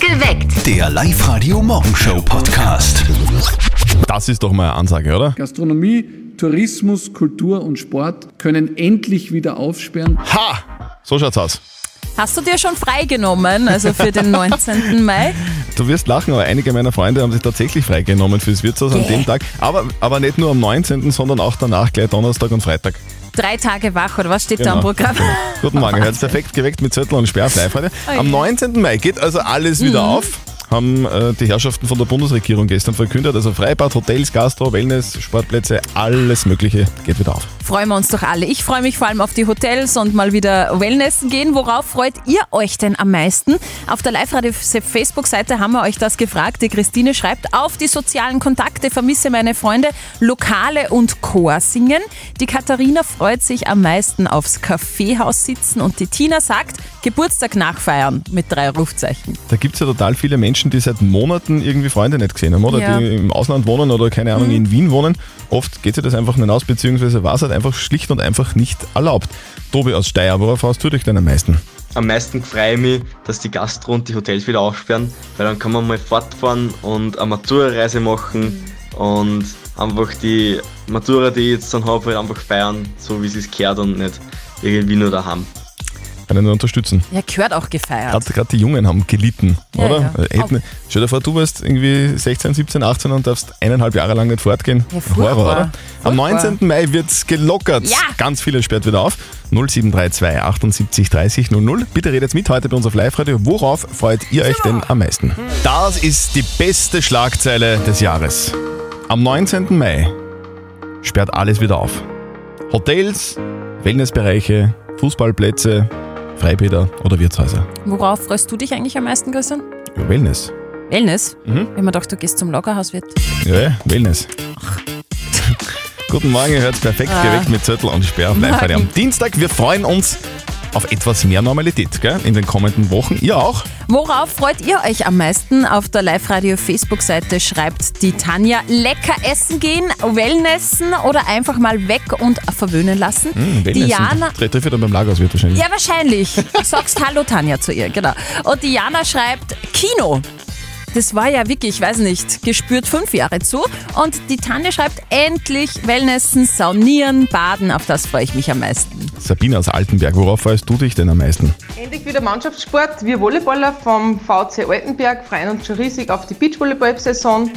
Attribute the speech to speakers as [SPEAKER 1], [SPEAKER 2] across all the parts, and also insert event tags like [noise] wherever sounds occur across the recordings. [SPEAKER 1] Geweckt.
[SPEAKER 2] Der Live-Radio-Morgenshow-Podcast.
[SPEAKER 3] Das ist doch mal eine Ansage, oder?
[SPEAKER 4] Gastronomie, Tourismus, Kultur und Sport können endlich wieder aufsperren.
[SPEAKER 3] Ha! So schaut's aus.
[SPEAKER 5] Hast du dir schon freigenommen, also für den 19. Mai?
[SPEAKER 3] Du wirst lachen, aber einige meiner Freunde haben sich tatsächlich freigenommen fürs Wirtshaus an dem Tag. Aber, aber nicht nur am 19., sondern auch danach, gleich Donnerstag und Freitag.
[SPEAKER 5] Drei Tage wach oder was steht da
[SPEAKER 3] Genau.
[SPEAKER 5] im Programm?
[SPEAKER 3] Guten Morgen, hört's perfekt geweckt mit Zettel und Sperr auf live heute. Am 19. Mai geht also alles wieder auf. Haben äh, die Herrschaften von der Bundesregierung gestern verkündet. Also Freibad, Hotels, Gastro, Wellness, Sportplätze, alles Mögliche geht wieder auf.
[SPEAKER 5] Freuen wir uns doch alle. Ich freue mich vor allem auf die Hotels und mal wieder Wellnessen gehen. Worauf freut ihr euch denn am meisten? Auf der Live-Radio-Facebook-Seite haben wir euch das gefragt. Die Christine schreibt, auf die sozialen Kontakte vermisse meine Freunde, Lokale und Chor singen. Die Katharina freut sich am meisten aufs Kaffeehaus sitzen und die Tina sagt, Geburtstag nachfeiern mit drei Rufzeichen.
[SPEAKER 3] Da gibt es ja total viele Menschen, die seit Monaten irgendwie Freunde nicht gesehen haben, oder?
[SPEAKER 5] Ja.
[SPEAKER 3] Die im Ausland wohnen oder keine Ahnung, in Wien wohnen. Oft geht sich das einfach nicht aus, beziehungsweise war es halt einfach schlicht und einfach nicht erlaubt. Tobi aus Steyr, worauf freust du dich denn am meisten?
[SPEAKER 6] Am meisten freue ich mich, dass die Gastro und die Hotels wieder aufsperren, weil dann kann man mal fortfahren und eine Matura-Reise machen und einfach die Matura, die ich jetzt dann habe, halt einfach feiern, so wie es gehört und nicht irgendwie nur daheim.
[SPEAKER 3] Kann ich nur unterstützen.
[SPEAKER 5] Ja, gehört auch gefeiert.
[SPEAKER 3] Gerade gerade die Jungen haben gelitten,
[SPEAKER 5] Ja,
[SPEAKER 3] oder?
[SPEAKER 5] ja.
[SPEAKER 3] Äh, hätten- Stell dir vor, du warst irgendwie 16, 17, 18 und darfst eineinhalb Jahre lang nicht fortgehen.
[SPEAKER 5] Ja, furchtbar.
[SPEAKER 3] Am
[SPEAKER 5] Furchtbar.
[SPEAKER 3] 19. Mai wird gelockert.
[SPEAKER 5] Ja.
[SPEAKER 3] Ganz viele sperrt wieder auf. 0732 78 30 00. Bitte redet mit heute bei uns auf Live-Radio. Worauf freut ihr euch denn am meisten? Das ist die beste Schlagzeile des Jahres. Am 19. Mai sperrt alles wieder auf. Hotels, Wellnessbereiche, Fußballplätze, Freibäder oder Wirtshäuser.
[SPEAKER 5] Worauf freust du dich eigentlich am meisten, Christian?
[SPEAKER 3] Ja, Wellness.
[SPEAKER 5] Wellness? Wenn man dachte, du gehst zum Lagerhaus, wird.
[SPEAKER 3] Ja, ja, Wellness. Guten Morgen, ihr hört's perfekt
[SPEAKER 5] Ah.
[SPEAKER 3] geweckt mit Zettel und Sperr auf live heute am Dienstag. Wir freuen uns auf etwas mehr Normalität gell? in den kommenden Wochen. Ihr auch?
[SPEAKER 5] Worauf freut ihr euch am meisten? Auf der Live-Radio-Facebook-Seite schreibt die Tanja, lecker essen gehen, Wellnessen oder einfach mal weg und verwöhnen lassen.
[SPEAKER 3] Mhm,
[SPEAKER 5] Diana,
[SPEAKER 3] Tritt dafür dann beim Lager aus, wird wahrscheinlich.
[SPEAKER 5] ja wahrscheinlich, sagst Hallo Tanja zu ihr, genau. Und Diana schreibt, Kino. Das war ja wirklich, ich weiß nicht, gespürt fünf Jahre zu. Und die Tanja schreibt, endlich Wellnessen, Saunieren, Baden, auf das freue ich mich am meisten.
[SPEAKER 3] Sabine aus Altenberg, worauf freust du dich denn am meisten?
[SPEAKER 7] Endlich wieder Mannschaftssport. Wir Volleyballer vom VC Altenberg freuen uns schon riesig auf die Beachvolleyball-Saison.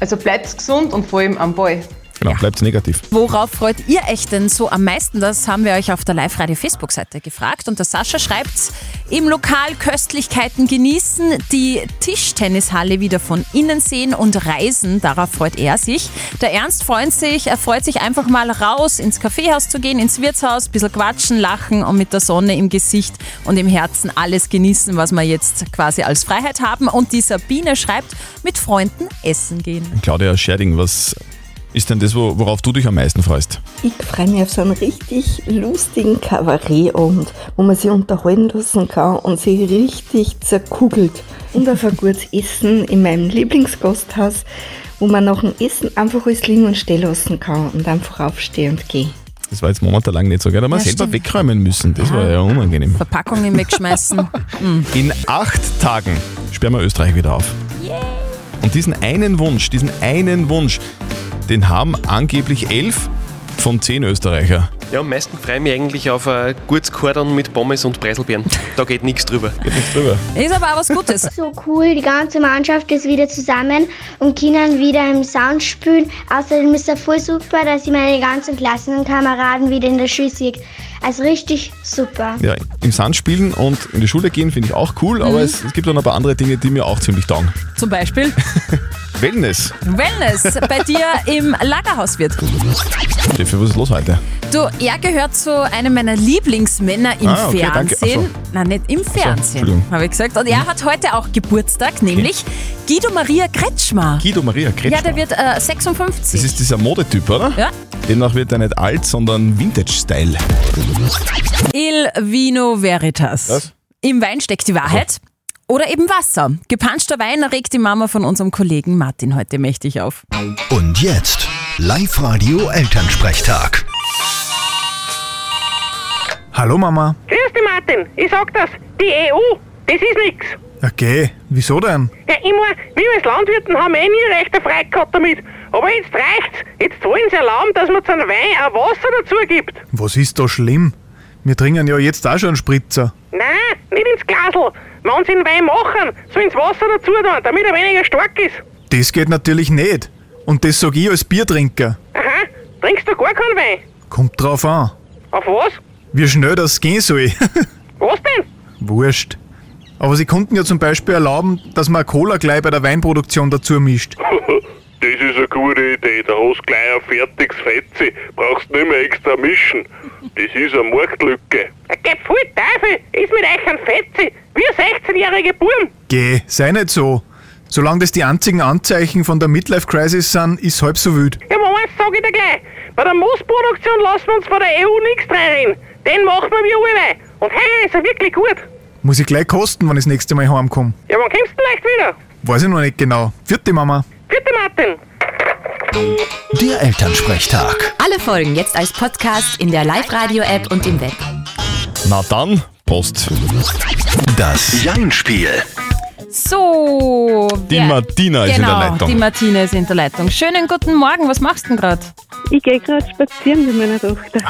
[SPEAKER 7] Also bleibt gesund und vor allem am Ball.
[SPEAKER 3] Genau, bleibt's negativ.
[SPEAKER 5] Worauf freut ihr euch denn so am meisten? Das haben wir euch auf der Live-Radio-Facebook-Seite gefragt. Und der Sascha schreibt, im Lokal Köstlichkeiten genießen, die Tischtennishalle wieder von innen sehen und reisen. Darauf freut er sich. Der Ernst freut sich, er freut sich einfach mal raus ins Kaffeehaus zu gehen, ins Wirtshaus, ein bisschen quatschen, lachen und mit der Sonne im Gesicht und im Herzen alles genießen, was wir jetzt quasi als Freiheit haben. Und die Sabine schreibt, mit Freunden essen gehen.
[SPEAKER 3] Claudia aus Scherding, was ist denn das, wo- worauf du dich am meisten freust?
[SPEAKER 8] Ich freue mich auf so einen richtig lustigen Kabarettabend, wo man sich unterhalten lassen kann und sich richtig zerkugelt. Und auf ein gutes Essen in meinem Lieblingsgasthaus, wo man nach dem Essen einfach alles liegen und stehen lassen kann und einfach aufstehen und gehen.
[SPEAKER 3] Das war jetzt monatelang nicht so, gell? Da haben wir
[SPEAKER 5] Ja,
[SPEAKER 3] selber
[SPEAKER 5] stimmt.
[SPEAKER 3] wegräumen müssen. Das war ja unangenehm.
[SPEAKER 5] Verpackungen wegschmeißen.
[SPEAKER 3] In acht Tagen sperren wir Österreich wieder auf. Und diesen einen Wunsch, diesen einen Wunsch, den haben angeblich elf von zehn Österreicher.
[SPEAKER 9] Ja, am meisten freue ich mich eigentlich auf ein gutes Kordon mit Pommes und Preiselbeeren. Da geht nichts drüber.
[SPEAKER 3] Drüber.
[SPEAKER 5] Ist aber auch was Gutes.
[SPEAKER 10] so cool. Die ganze Mannschaft ist wieder zusammen und Kindern wieder im Sound spielen. Außerdem ist es voll super, dass ich meine ganzen Klassenkameraden wieder in der Schule sehe. Also richtig
[SPEAKER 5] Ah.
[SPEAKER 10] super.
[SPEAKER 3] Ja, im Sand spielen und in die Schule gehen finde ich auch cool,
[SPEAKER 5] Mhm.
[SPEAKER 3] aber es, es gibt auch noch ein paar andere Dinge, die mir auch ziemlich taugen.
[SPEAKER 5] Zum Beispiel
[SPEAKER 3] Wellness.
[SPEAKER 5] Wellness bei dir im Lagerhaus wird.
[SPEAKER 3] Steffi, was ist los heute?
[SPEAKER 5] Du, er gehört zu einem meiner Lieblingsmänner im
[SPEAKER 3] Ah, okay, danke.
[SPEAKER 5] Fernsehen. Nein, nicht im Fernsehen,
[SPEAKER 3] Entschuldigung.
[SPEAKER 5] habe ich gesagt. Und er hat heute auch Geburtstag, nämlich Guido Maria Kretschmer.
[SPEAKER 3] Guido Maria Kretschmer.
[SPEAKER 5] Ja, der wird äh,
[SPEAKER 3] das
[SPEAKER 5] 56.
[SPEAKER 3] ist dieser Modetyp, oder?
[SPEAKER 5] Ja.
[SPEAKER 3] Demnach wird er nicht alt, sondern Vintage-Style.
[SPEAKER 5] Il Vino Veritas.
[SPEAKER 3] Was?
[SPEAKER 5] Im Wein steckt die Wahrheit. Oder eben Wasser. Gepanschter Wein regt die Mama von unserem Kollegen Martin heute mächtig auf.
[SPEAKER 2] Und jetzt Live-Radio Elternsprechtag.
[SPEAKER 11] Grüß dich, Martin. Ich sag das. Die EU
[SPEAKER 1] E Das ist nichts.
[SPEAKER 11] Okay, wieso denn?
[SPEAKER 1] Ja, immer, wir als Landwirten haben eh nie recht auf Frei gehabt damit. Aber jetzt reicht's. Jetzt wollen sie erlauben, dass man zum Wein auch Wasser dazu gibt.
[SPEAKER 11] Was ist da schlimm? Wir trinken ja jetzt auch schon einen Spritzer.
[SPEAKER 1] Nein, nicht ins Glasl. Wenn sie den Wein machen, so ins Wasser dazu tun, damit er weniger stark ist.
[SPEAKER 11] Das geht natürlich nicht. Und das sag ich als Biertrinker.
[SPEAKER 1] Aha, trinkst du gar keinen Wein?
[SPEAKER 11] Kommt drauf an,
[SPEAKER 1] Auf was?
[SPEAKER 11] wie schnell das gehen soll. [laughs]
[SPEAKER 1] Was denn?
[SPEAKER 11] Wurscht. Aber sie konnten ja zum Beispiel erlauben, dass man Cola gleich bei der Weinproduktion dazu mischt.
[SPEAKER 12] Das ist eine gute Idee, da hast du gleich ein fertiges Fetze, brauchst nicht mehr extra mischen. Das ist eine Marktlücke.
[SPEAKER 1] Geh voll Teufel, ist mit euch ein Fetze. Wir 16-jährige Buben.
[SPEAKER 11] Geh, sei nicht so. Solange das die einzigen Anzeichen von der Midlife-Crisis sind, ist halb so wild.
[SPEAKER 1] Ja, Mama, eins sag ich dir gleich. Bei der Moosproduktion lassen wir uns von der E EU nichts reinreden. Den machen wir wie alle. Und hey, ist er wirklich gut.
[SPEAKER 11] Muss ich gleich kosten, wenn ich das nächste Mal heimkomme.
[SPEAKER 1] Ja, wann kommst du denn leicht wieder?
[SPEAKER 11] Weiß ich noch nicht genau. Vierte Mama.
[SPEAKER 1] Bitte, Martin.
[SPEAKER 2] Der Elternsprechtag.
[SPEAKER 13] Alle Folgen jetzt als Podcast in der Live-Radio-App und im Web.
[SPEAKER 3] Na dann, Prost.
[SPEAKER 2] Das Jein-Spiel.
[SPEAKER 5] So.
[SPEAKER 3] Die
[SPEAKER 5] wer-
[SPEAKER 3] Martina ist in der
[SPEAKER 5] genau,
[SPEAKER 3] Leitung.
[SPEAKER 5] Die Martina ist in der Leitung. Schönen guten Morgen, was machst du denn gerade?
[SPEAKER 14] Ich gehe gerade spazieren mit meiner Tochter.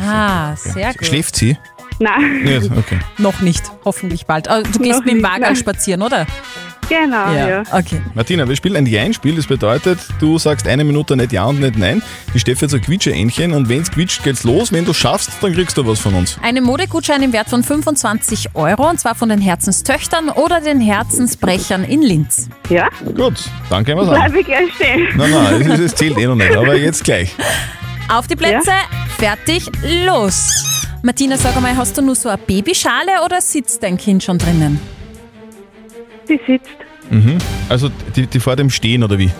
[SPEAKER 14] [laughs]
[SPEAKER 5] Ah, sehr gut.
[SPEAKER 3] Schläft sie?
[SPEAKER 14] Nein.
[SPEAKER 3] Ja, okay.
[SPEAKER 5] Noch nicht, hoffentlich bald. Also, du gehst
[SPEAKER 14] Noch
[SPEAKER 5] mit dem
[SPEAKER 14] nicht,
[SPEAKER 5] Wagen
[SPEAKER 14] nein.
[SPEAKER 5] spazieren, oder? Ah,
[SPEAKER 14] Genau, ja.
[SPEAKER 5] Okay.
[SPEAKER 3] Martina, wir spielen ein Jein-Spiel. Das bedeutet, du sagst eine Minute nicht Ja und nicht Nein. Die Steffi hat so ein Quietscheähnchen und wenn's quietscht, geht's los. Wenn du schaffst, dann kriegst du was von uns.
[SPEAKER 5] Einen Modegutschein im Wert von 25 Euro und zwar von den Herzenstöchtern oder den Herzensbrechern in Linz.
[SPEAKER 14] Ja?
[SPEAKER 3] Gut, dann gehen wir's an.
[SPEAKER 14] Bleib ich gleich stehen.
[SPEAKER 3] Nein, nein, es, ist- es zählt eh noch nicht, aber jetzt gleich.
[SPEAKER 5] Auf die Plätze, fertig, los! Martina, sag einmal, hast du nur so eine Babyschale oder sitzt dein Kind schon drinnen?
[SPEAKER 14] Sie sitzt,
[SPEAKER 3] Mhm. Also die, die vor dem Stehen oder wie?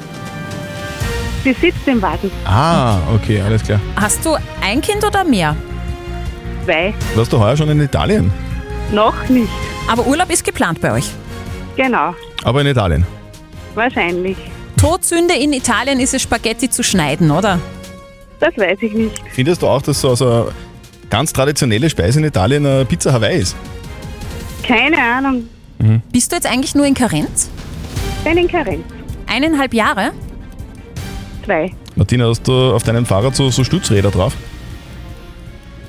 [SPEAKER 14] sie sitzt im Wagen.
[SPEAKER 3] Ah, okay, alles klar.
[SPEAKER 5] Hast du ein Kind oder mehr?
[SPEAKER 14] Zwei.
[SPEAKER 3] Warst du heuer schon in Italien?
[SPEAKER 14] Noch nicht.
[SPEAKER 5] Aber Urlaub ist geplant bei euch.
[SPEAKER 14] Genau,
[SPEAKER 3] Aber in Italien.
[SPEAKER 14] wahrscheinlich.
[SPEAKER 5] Todsünde in Italien ist es, Spaghetti zu schneiden, oder?
[SPEAKER 14] Das weiß ich nicht.
[SPEAKER 3] Findest du auch, dass so, so eine ganz traditionelle Speise in Italien eine Pizza Hawaii ist?
[SPEAKER 14] Keine Ahnung.
[SPEAKER 5] Bist du jetzt eigentlich nur in Karenz?
[SPEAKER 14] Bin in Karenz.
[SPEAKER 5] Eineinhalb Jahre?
[SPEAKER 14] Zwei.
[SPEAKER 3] Martina, hast du auf deinem Fahrrad so, so Stützräder drauf?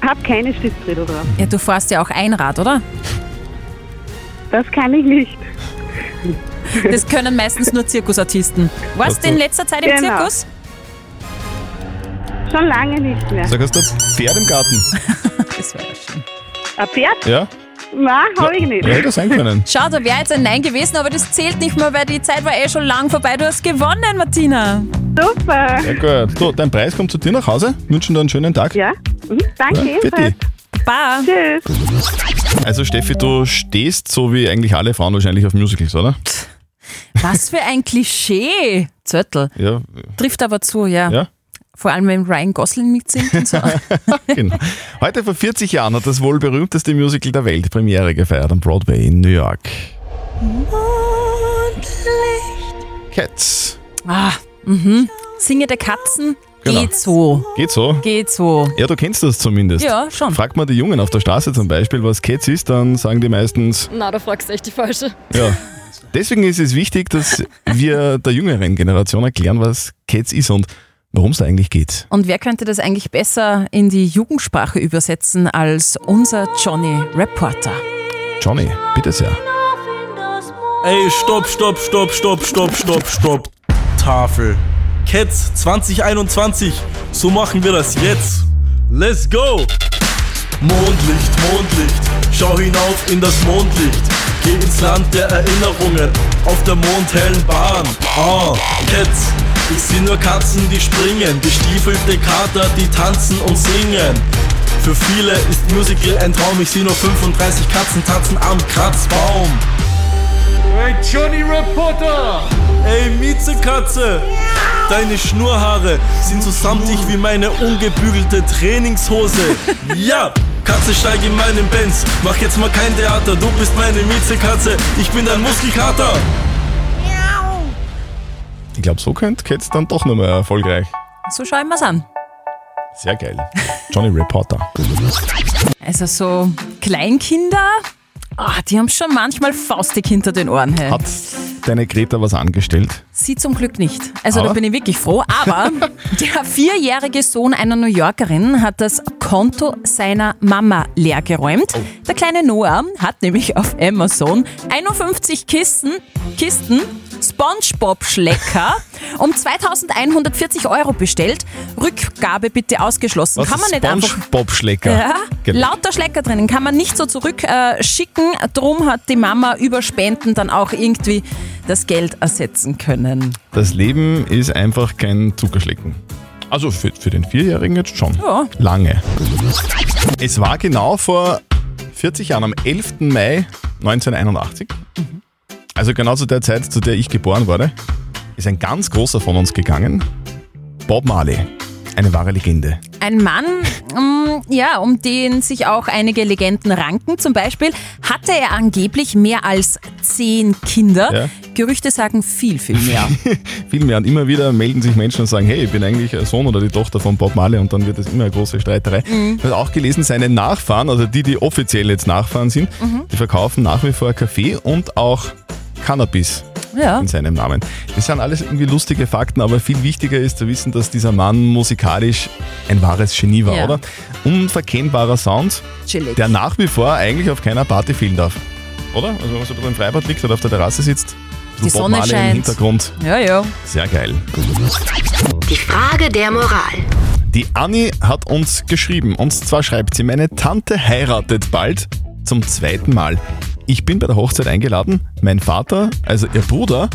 [SPEAKER 14] Hab keine Stützräder drauf.
[SPEAKER 5] Ja, du fährst ja auch Einrad, oder?
[SPEAKER 14] Das kann ich nicht.
[SPEAKER 5] Das können meistens nur Zirkusartisten. Warst du in letzter Zeit im
[SPEAKER 14] Genau.
[SPEAKER 5] Zirkus?
[SPEAKER 14] Schon lange nicht mehr.
[SPEAKER 3] Sag, hast du ein Pferd im Garten?
[SPEAKER 5] Das wäre schön.
[SPEAKER 14] Ein Pferd?
[SPEAKER 3] Ja?
[SPEAKER 14] Nein, hab ich nicht.
[SPEAKER 3] Ja, hätte sein können.
[SPEAKER 5] Schau, da wäre jetzt ein Nein gewesen, aber das zählt nicht mehr, weil die Zeit war eh schon lang vorbei. Du hast gewonnen, Martina.
[SPEAKER 14] Super.
[SPEAKER 3] Sehr gut. So, dein Preis kommt zu dir nach Hause. Wünschen dir einen schönen Tag.
[SPEAKER 14] Ja, mhm, danke
[SPEAKER 3] Ja, bitte.
[SPEAKER 14] ebenfalls.
[SPEAKER 5] Baba.
[SPEAKER 14] Tschüss.
[SPEAKER 3] Also Steffi, du stehst so wie eigentlich alle Frauen wahrscheinlich auf Musicals, oder?
[SPEAKER 5] Was für ein Klischee. Zöttel.
[SPEAKER 3] Ja,
[SPEAKER 5] Trifft aber zu, ja.
[SPEAKER 3] Ja.
[SPEAKER 5] Vor allem, wenn Ryan Gosling mitsingt
[SPEAKER 3] [laughs]
[SPEAKER 5] und so.
[SPEAKER 14] [laughs]
[SPEAKER 3] genau. Heute vor 40 Jahren hat das wohl berühmteste Musical der Welt Premiere gefeiert am Broadway in New York. Cats.
[SPEAKER 5] ah, mhm. Singe der Katzen.
[SPEAKER 3] Genau.
[SPEAKER 5] Geht so.
[SPEAKER 3] Geht so?
[SPEAKER 5] Geht so.
[SPEAKER 3] Ja, du kennst das zumindest.
[SPEAKER 5] Ja, schon.
[SPEAKER 3] Fragt man die Jungen auf der Straße zum Beispiel, was Cats ist, dann sagen die meistens,
[SPEAKER 15] Na, da fragst du echt die falsche.
[SPEAKER 3] ja. Deswegen ist es wichtig, dass wir der jüngeren Generation erklären, was Cats ist und worum es da eigentlich geht.
[SPEAKER 5] Und wer könnte das eigentlich besser in die Jugendsprache übersetzen als unser Johnny Reporter?
[SPEAKER 3] Johnny, bitte sehr.
[SPEAKER 16] Ey, stopp, stopp, stopp, stopp, stopp, stopp, stopp. Tafel. Cats 2021. So machen wir das jetzt. Let's go! Mondlicht, Mondlicht. Schau hinauf in das Mondlicht. Geh ins Land der Erinnerungen. Auf der mondhellen Bahn. Ah, Cats. Ich seh nur Katzen, die springen. Gestiefelte Kater, die tanzen und singen. Für viele ist Musical ein Traum. Ich seh nur 35 Katzen tanzen am Kratzbaum. Hey Johnny Reporter! Ey Miezekatze! Deine Schnurhaare sind so samtig wie meine ungebügelte Trainingshose. ja! Katze, steig in meinen Benz. Mach jetzt mal kein Theater. Du bist meine Miezekatze. Ich bin dein Muskelkater.
[SPEAKER 3] Ich glaube, so könnte Cats dann doch nochmal erfolgreich.
[SPEAKER 5] So schauen wir es an.
[SPEAKER 3] Sehr geil. Johnny Reporter.
[SPEAKER 5] Also so Kleinkinder Ah, die haben schon manchmal faustig hinter den Ohren. Hey.
[SPEAKER 3] Hat deine Greta was angestellt?
[SPEAKER 5] Sie zum Glück nicht. Also da
[SPEAKER 3] Aber?
[SPEAKER 5] bin ich wirklich froh.
[SPEAKER 3] [laughs]
[SPEAKER 5] Aber der vierjährige Sohn einer New Yorkerin hat das Konto seiner Mama leergeräumt.
[SPEAKER 3] Oh.
[SPEAKER 5] Der kleine Noah hat nämlich auf Amazon 51 Kisten, Kisten SpongeBob-Schlecker um 2140 Euro bestellt. Rückgabe bitte ausgeschlossen.
[SPEAKER 3] Was
[SPEAKER 5] Kann man
[SPEAKER 3] ist
[SPEAKER 5] nicht einfach
[SPEAKER 3] Spongebob-Schlecker?
[SPEAKER 5] ja,
[SPEAKER 3] Genau.
[SPEAKER 5] lauter Schlecker drinnen, kann man nicht so zurückschicken. Äh, schicken. Drum hat die Mama über Spenden dann auch irgendwie das Geld ersetzen können.
[SPEAKER 3] Das Leben ist einfach kein Zuckerschlecken. Also für, für den Vierjährigen jetzt schon.
[SPEAKER 5] Ja.
[SPEAKER 3] Lange. Es war genau vor 40 Jahren, am 11. Mai 1981. Also genau zu der Zeit, zu der ich geboren wurde, ist ein ganz großer von uns gegangen. Bob Marley. Eine wahre Legende.
[SPEAKER 5] Ein Mann, ähm, ja, um den sich auch einige Legenden ranken. Zum Beispiel hatte er angeblich mehr als zehn Kinder.
[SPEAKER 3] Ja.
[SPEAKER 5] Gerüchte sagen viel, viel
[SPEAKER 3] [laughs]
[SPEAKER 5] mehr.
[SPEAKER 3] Vielmehr und immer wieder melden sich Menschen und sagen, hey, ich bin eigentlich der Sohn oder die Tochter von Bob Marley und dann wird es immer eine große Streiterei.
[SPEAKER 5] Mhm.
[SPEAKER 3] Ich habe auch gelesen, seine Nachfahren, also die, die offiziell jetzt Nachfahren sind,
[SPEAKER 5] Mhm.
[SPEAKER 3] die verkaufen nach wie vor Kaffee und auch Cannabis.
[SPEAKER 5] Ja.
[SPEAKER 3] In seinem Namen. Das sind alles irgendwie lustige Fakten, aber viel wichtiger ist zu wissen, dass dieser Mann musikalisch ein wahres Genie war,
[SPEAKER 5] Ja.
[SPEAKER 3] oder? Unverkennbarer Sound,
[SPEAKER 5] Chillig.
[SPEAKER 3] der nach wie vor eigentlich auf keiner Party fehlen darf. Oder? Also wenn man so ein bisschen im Freibad liegt oder auf der Terrasse sitzt, ein bisschen
[SPEAKER 13] Die
[SPEAKER 3] Bob
[SPEAKER 13] Sonne
[SPEAKER 3] Marley
[SPEAKER 13] scheint.
[SPEAKER 3] im Hintergrund.
[SPEAKER 5] Ja, ja.
[SPEAKER 3] Sehr geil.
[SPEAKER 13] Die Frage der Moral.
[SPEAKER 3] Die Anni hat uns geschrieben. Und zwar schreibt sie, meine Tante heiratet bald zum zweiten Mal. Ich bin bei der Hochzeit eingeladen, mein Vater, also ihr Bruder,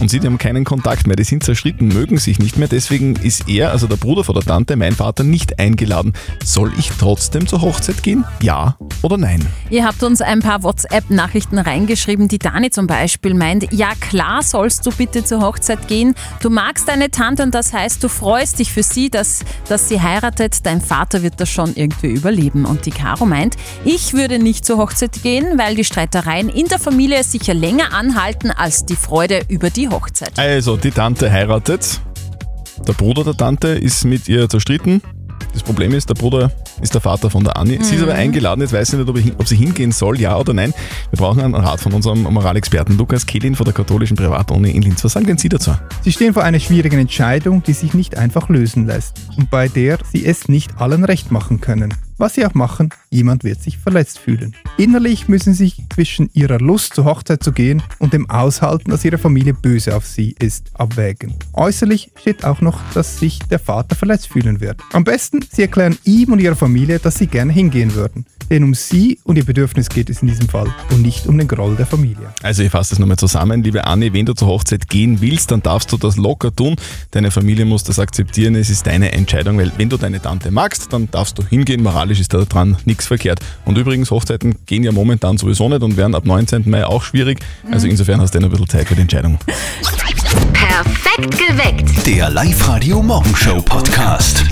[SPEAKER 3] und sie die haben keinen Kontakt mehr. Die sind zerstritten, mögen sich nicht mehr. Deswegen ist er, also der Bruder von der Tante, mein Vater, nicht eingeladen. Soll ich trotzdem zur Hochzeit gehen? Ja oder nein?
[SPEAKER 5] Ihr habt uns ein paar WhatsApp-Nachrichten reingeschrieben. Die Dani zum Beispiel meint, ja klar sollst du bitte zur Hochzeit gehen. Du magst deine Tante und das heißt, du freust dich für sie, dass, dass sie heiratet. Dein Vater wird das schon irgendwie überleben. Und die Caro meint, ich würde nicht zur Hochzeit gehen, weil die Streitereien in der Familie sicher länger anhalten als die Freude über die Hochzeit.
[SPEAKER 3] Also, die Tante heiratet. Der Bruder der Tante ist mit ihr zerstritten. Das Problem ist, der Bruder ist der Vater von der Anni. Sie ist
[SPEAKER 5] Mhm.
[SPEAKER 3] aber eingeladen, jetzt weiß ich nicht, ob, ich, ob sie hingehen soll, ja oder nein. Wir brauchen einen Rat von unserem Moralexperten Lukas Kehlin von der katholischen Privatuni in Linz. Was sagen denn Sie dazu?
[SPEAKER 15] Sie stehen vor einer schwierigen Entscheidung, die sich nicht einfach lösen lässt und bei der sie es nicht allen recht machen können. Was sie auch machen, jemand wird sich verletzt fühlen. Innerlich müssen sie sich zwischen ihrer Lust zur Hochzeit zu gehen und dem Aushalten, dass ihre Familie böse auf sie ist, abwägen. Äußerlich steht auch noch, dass sich der Vater verletzt fühlen wird. Am besten, sie erklären ihm und ihrer Familie, dass sie gerne hingehen würden. Denn um sie und ihr Bedürfnis geht es in diesem Fall und nicht um den Groll der Familie.
[SPEAKER 3] Also ich fasse das nochmal zusammen. Liebe Anni, wenn du zur Hochzeit gehen willst, dann darfst du das locker tun. Deine Familie muss das akzeptieren. Es ist deine Entscheidung, weil wenn du deine Tante magst, dann darfst du hingehen. Moralisch ist da dran nichts verkehrt. Und übrigens, Hochzeiten gehen ja momentan sowieso nicht und werden ab 19. Mai auch schwierig. Also
[SPEAKER 13] Mhm.
[SPEAKER 3] insofern hast du noch ein bisschen Zeit für die Entscheidung.
[SPEAKER 13] Perfekt geweckt.
[SPEAKER 2] Der Live-Radio Morgenshow Podcast.